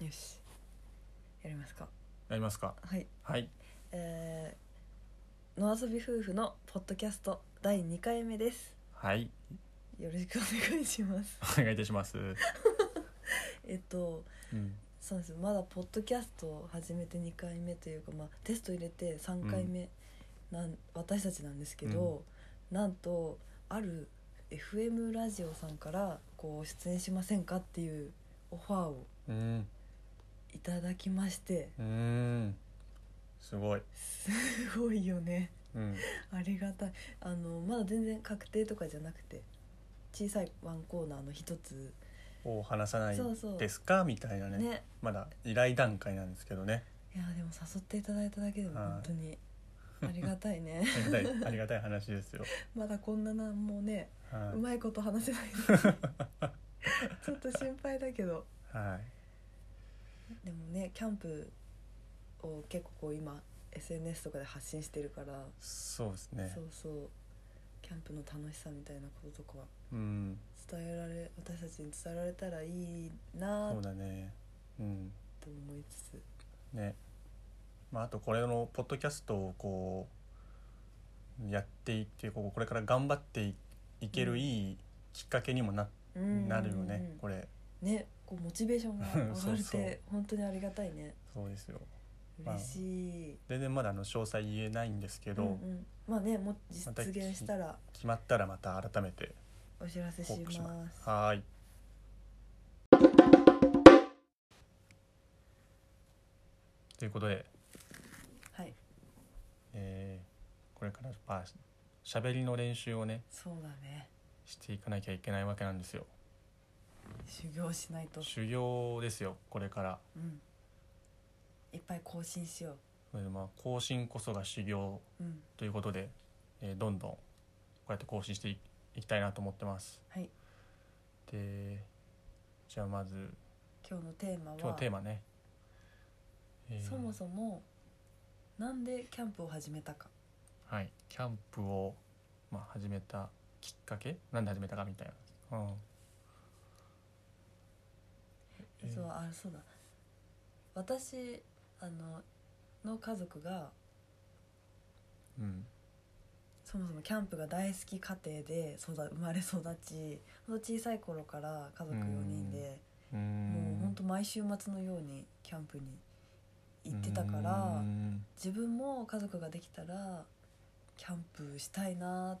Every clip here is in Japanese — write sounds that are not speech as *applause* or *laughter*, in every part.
よしやりますかやりますかはいはいえー、野遊び夫婦のポッドキャスト第2回目ですはい *laughs* よろしくお願いします *laughs* お願いいたします、えっとうん、そうなんですまだポッドキャストを始めて2回目というか、まあ、テスト入れて3回目なん、私たちなんですけど、なんとある FM ラジオさんからこう出演しませんかっていうオファーをうんいただきましてうんすごい、すごいよねうん、ありがたいあのまだ全然確定とかじゃなくて小さいワンコーナーの一つを話さないそうそうですかみたいなねねまだ依頼段階なんですけどねいやでも誘っていただいただけでもはい本当にありがたい *laughs* ねありが *laughs* たいありがたい話ですよ、まだこんななんもねはうまいこと話せない *laughs* ちょっと心配だけどい、はい、でもねキャンプを結構こう今 SNS とかで発信してるから、そうですねそうそうキャンプの楽しさみたいなこととかはうん伝えられ私たちに伝えられたらいいなそうとだねうん思いつつねまああとこれのポッドキャストをこうやっていってこうこれから頑張っていいけうるんいいきっかけにもな,、うんうんうんうんなるよねこれねこうモチベーションが上がるって *laughs* そうそう本当にありがたいねそうですよまあ嬉しい、全然まだあの詳細言えないんですけど、うんうんまあねもう実また現したら決まったらまた改めてお知らせし報告しまますすはーいということで、はいえーこれからまあしゃべりの練習をねそうだねしていかなきゃいけないわけなんですよ修行しないと、修行ですよこれからうん、いっぱい更新しよそれでまあ更新こそが修行ううんということで、えーどんどんこうやって更新していいきたいなと思ってますはいでじゃあまず今日のテーマは今日のテーマね、えーそもそもなんでキャンプを始めたかはいキャンプを、まあ、始めたきっかけなんで始めたかみたいな、うんえーそうあそうだ私あのの家族がうんそもそもキャンプが大好き家庭で育生まれ育ちほんと小さい頃から家族4人でうーもんうほんと毎週末のようにキャンプに行ってたからうーん自分も家族ができたらキャンプしたいなっ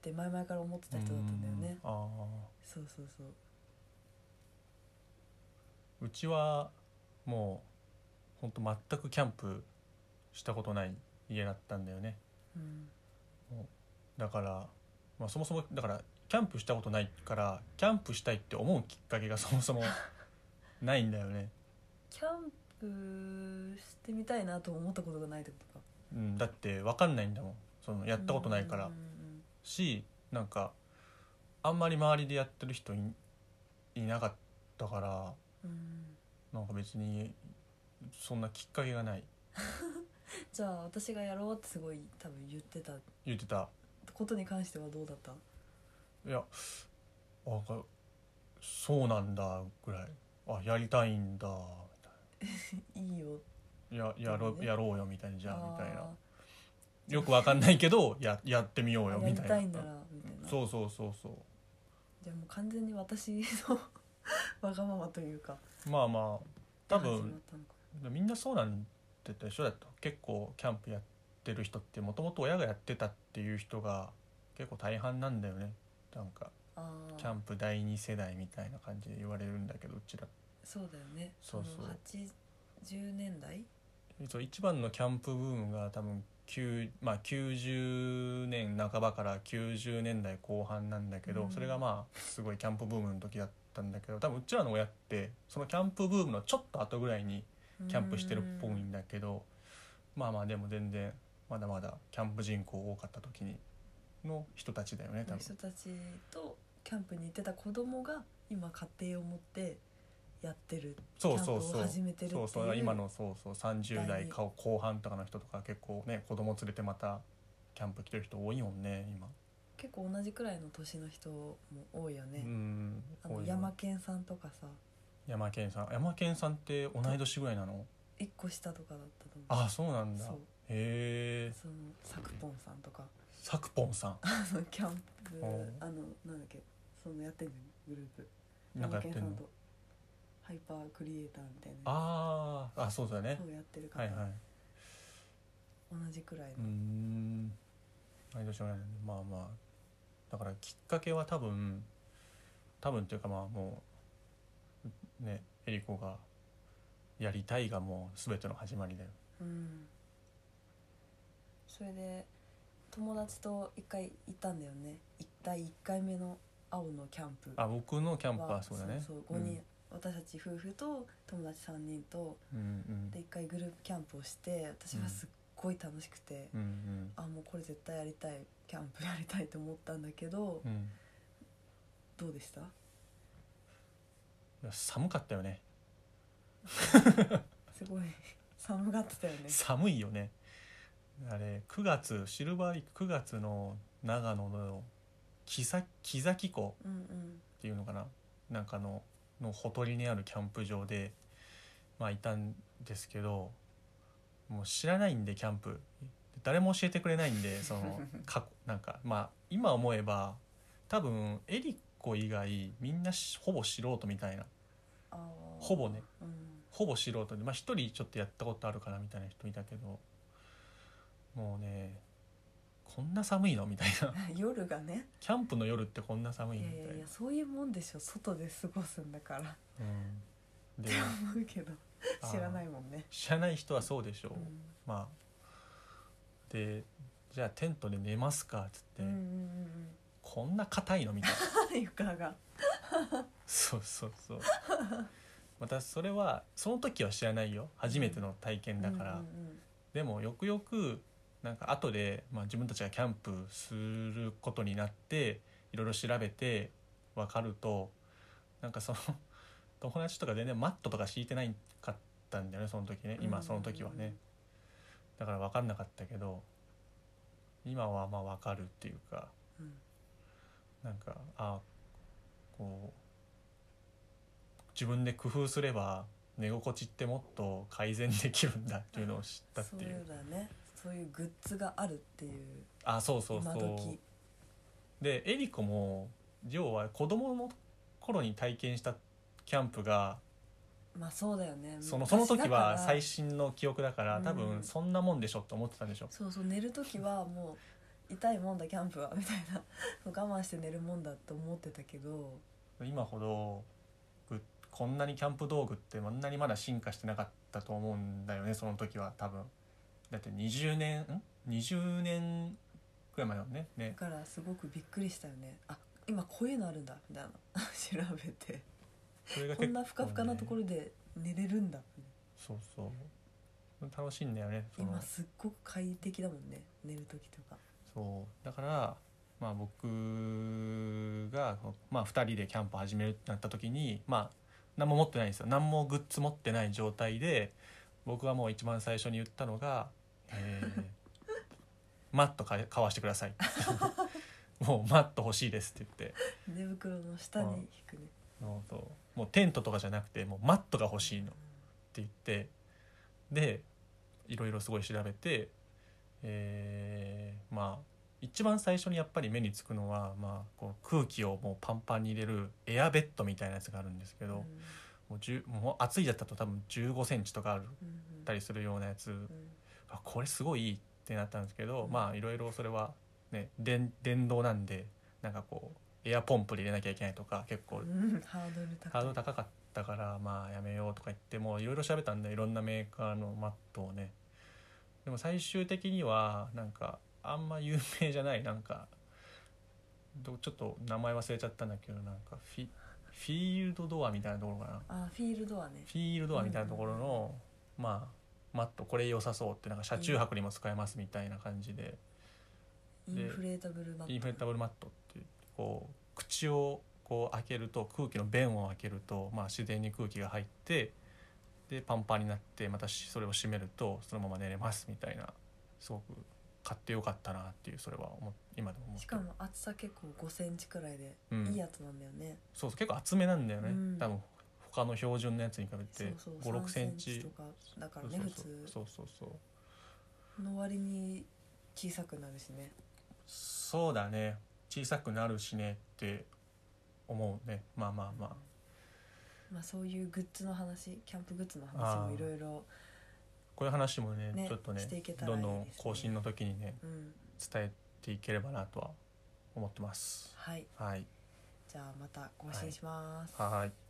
て前々から思ってた人だったんだよねうーんああそうそうそううちはもうほんと全くキャンプしたことない家だったんだよねうんだから、まあ、そもそもだからキャンプしたことないからキャンプしたいって思うきっかけが *laughs* そもそもないんだよね、キャンプしてみたいなと思ったことがないってことかうん、だって分かんないんだもんそのやったことないからうんうんしなんかあんまり周りでやってる人いいなかったからうんうんなんか別にそんなきっかけがないじゃあ私がやろうってすごい多分言ってた言ってたことに関してはどうだったいやあかそうなんだぐらいあやりたいんだいいよいややろそうねやろうよみたいなじゃあみたいなあよくわかんないけどややってみようーよやみりたいなたいんだなみたいなそうそうそうそじゃあもう完全に私の *laughs* わがままというかうまあまあ多分始まったのかみんなそうなんてと一緒だと結構キャンプやってる人ってもともと親がやってたっていう人が結構大半なんだよねなんかあーキャンプ第二世代みたいな感じで言われるんだけどうちらそうだよねそうそうの80年代そう一番のキャンプブームが多分9まあ、90年半ばから90年代後半なんだけど、うんそれがまあすごいキャンプブームの時だったんだけど多分うちらの親ってそのキャンプブームのちょっと後ぐらいにキャンプしてるっぽいうんんだけどまあまあでも全然まだまだキャンプ人口多かった時にの人たちだよね多の分人たちとキャンプに行ってた子供が今家庭を持ってやってるそうそキャンうプそをう始めてるっていそううそう今のそうそう30第代二か後半とかの人とか結構ね子供連れてまたキャンプ来てる人多いもんね今。結構同じくらいの年の人も多いよね、うんあ多のい山県さんとかさ山健さん山健さんって同い年ぐらいなの1個下とかだったと思うああそうなんだそうへえそのサクポンさんとかサクポンさあのキャンプおうあのなんだっけそのやってんのよグループんなんかやってヤマケンさんのんとハイパークリエイターみたいなやあーあそうだよねつそうやってる方、はいはい同じくらいうーの、ん毎年同じまあまあだからきっかけは多分多分っていうかまあもうねえりこがやりたいがもう全ての始まりだようんそれで友達と一回行ったんだよね一第1回目の青のキャンプあ僕のキャンプははそうだねそうそう5人、私たち夫婦と友達3人とうんうんで一回グループキャンプをして私はすっごい楽しくて、うんうんあもうこれ絶対やりたいキャンプやりたいと思ったんだけど、うんうんどうでしたいや寒かったよねすごい *laughs* 寒がってたよね寒いよねあれ9月シルバーウィーク9月の長野の木崎木崎湖うんうんっていうのかななんかののほとりにあるキャンプ場でまあいたんですけどもう知らないんでキャンプ誰も教えてくれないんでその過去なんかまあ今思えば多分エリコ以外みんなしほぼ素人みたいなあーほぼねうん *laughs* ほぼ素人でまあ一人ちょっとやったことあるかなみたいな人いたけどもうねこんな寒いのみたいな *laughs* 夜がねキャンプの夜ってこんな寒いいやのみいたやいいなや。そういうもんでしょ外で過ごすんだから *laughs* うん、で思うけどあー知らないもんね知らない人はそうでしょう、うまあでじゃあテントで寝ますかっつって、んうんうんこんな硬いのみたいな *laughs* うん *laughs* 床がそうそうそうまたそれはその時は知らないよ初めての体験だから、うんうんでもよくよくなんか後でまあ、自分たちがキャンプすることになっていろいろ調べて分かるとなんかその *laughs* 友達とか全然マットとか敷いてないかったんだよねその時ね今その時はね、うんうんうんだから分かんなかったけど今はまあ分かるっていうかうんなんかあこう自分で工夫すれば寝心地ってもっと改善できるんだっていうのを知ったっそうていうだねそういうグッズがあるっていうあそうそう今そう時でエリコも要は子供の頃に体験したキャンプがまあそうだよねそのその時は最初新の記憶だからうん多分そんなもんでしょって思ってたんでしょそうそう寝る時はもう痛いもんだキャンプはみたいな *laughs* 我慢して寝るもんだと思ってたけど今ほどぐこんなにキャンプ道具ってあんなにまだ進化してなかったと思うんだよねその時は多分だって20年ん20年くらい前だもんねだねからすごくびっくりしたよねあ今こういうのあるんだみたいな *laughs* 調べてそれがこ結ん構なふかふかなとこねろで寝れるんだそうそう楽しいんだよねその今すっごく快適だもんね寝る時とかそうだから、まあ、僕が、まあ、2人でキャンプ始めるってなった時に、まあ、何も持ってないんですよ何もグッズ持ってない状態で僕はもう一番最初に言ったのが「えー *laughs* マットか買わしてください」 *laughs* もうマット欲しいです」って言って寝袋の下に引くねもうそうもうテントとかじゃなくてもうマットが欲しいのって言ってでいろいろすごい調べてえーまあ一番最初にやっぱり目につくのは、まあ、こう空気をもうパンパンに入れるエアベッドみたいなやつがあるんですけうんど、もうじゅもう暑いだったと多分1 5センチとかあるうんたりするようなやつうんあこれすごいいいってなったんですけど、うんまあいろいろそれは、ね、電電動なんでなんかこうエアポンプ入れなきゃいけないとか結構うんハードル高いハードル高かったからまあやめようとか言ってもういろいろ調べたんでいろんなメーカーのマットをねでも最終的にはなんかあんま有名じゃないなんかどちょっと名前忘れちゃったんだけどなんかフィフィールドドアみたいなところかなあフィールドはねフィールドアみたいなところの、まあマットこれ良さそうってなんか車中泊にも使えますみたいな感じで、インフレータブルマットインフレッタブルマットってこう口をこう開けると空気の弁を開けると、まあ、自然に空気が入ってでパンパンになってまたしそれを閉めるとそのまま寝れますみたいなすごく買ってよかったなっていうそれは思っ今でも思ってしるかも厚さ結構5センチくらいでうんいいやつなんだよね、そうそう結構厚めなんだよね、うん多分他の標準のやつに比べそうてそう56 3センチとかだからそねう普そう通そうそうそうの割に小さくなるしねそうだね小さくなるしねって思うねまあまあまあまあそういうグッズの話キャンプグッズの話もいろいろこういう話もねねちょっとねしていけたらいどいんですどねん更新の時にねうん伝えていければなとは思ってますはいはいじゃあまた更新します、はい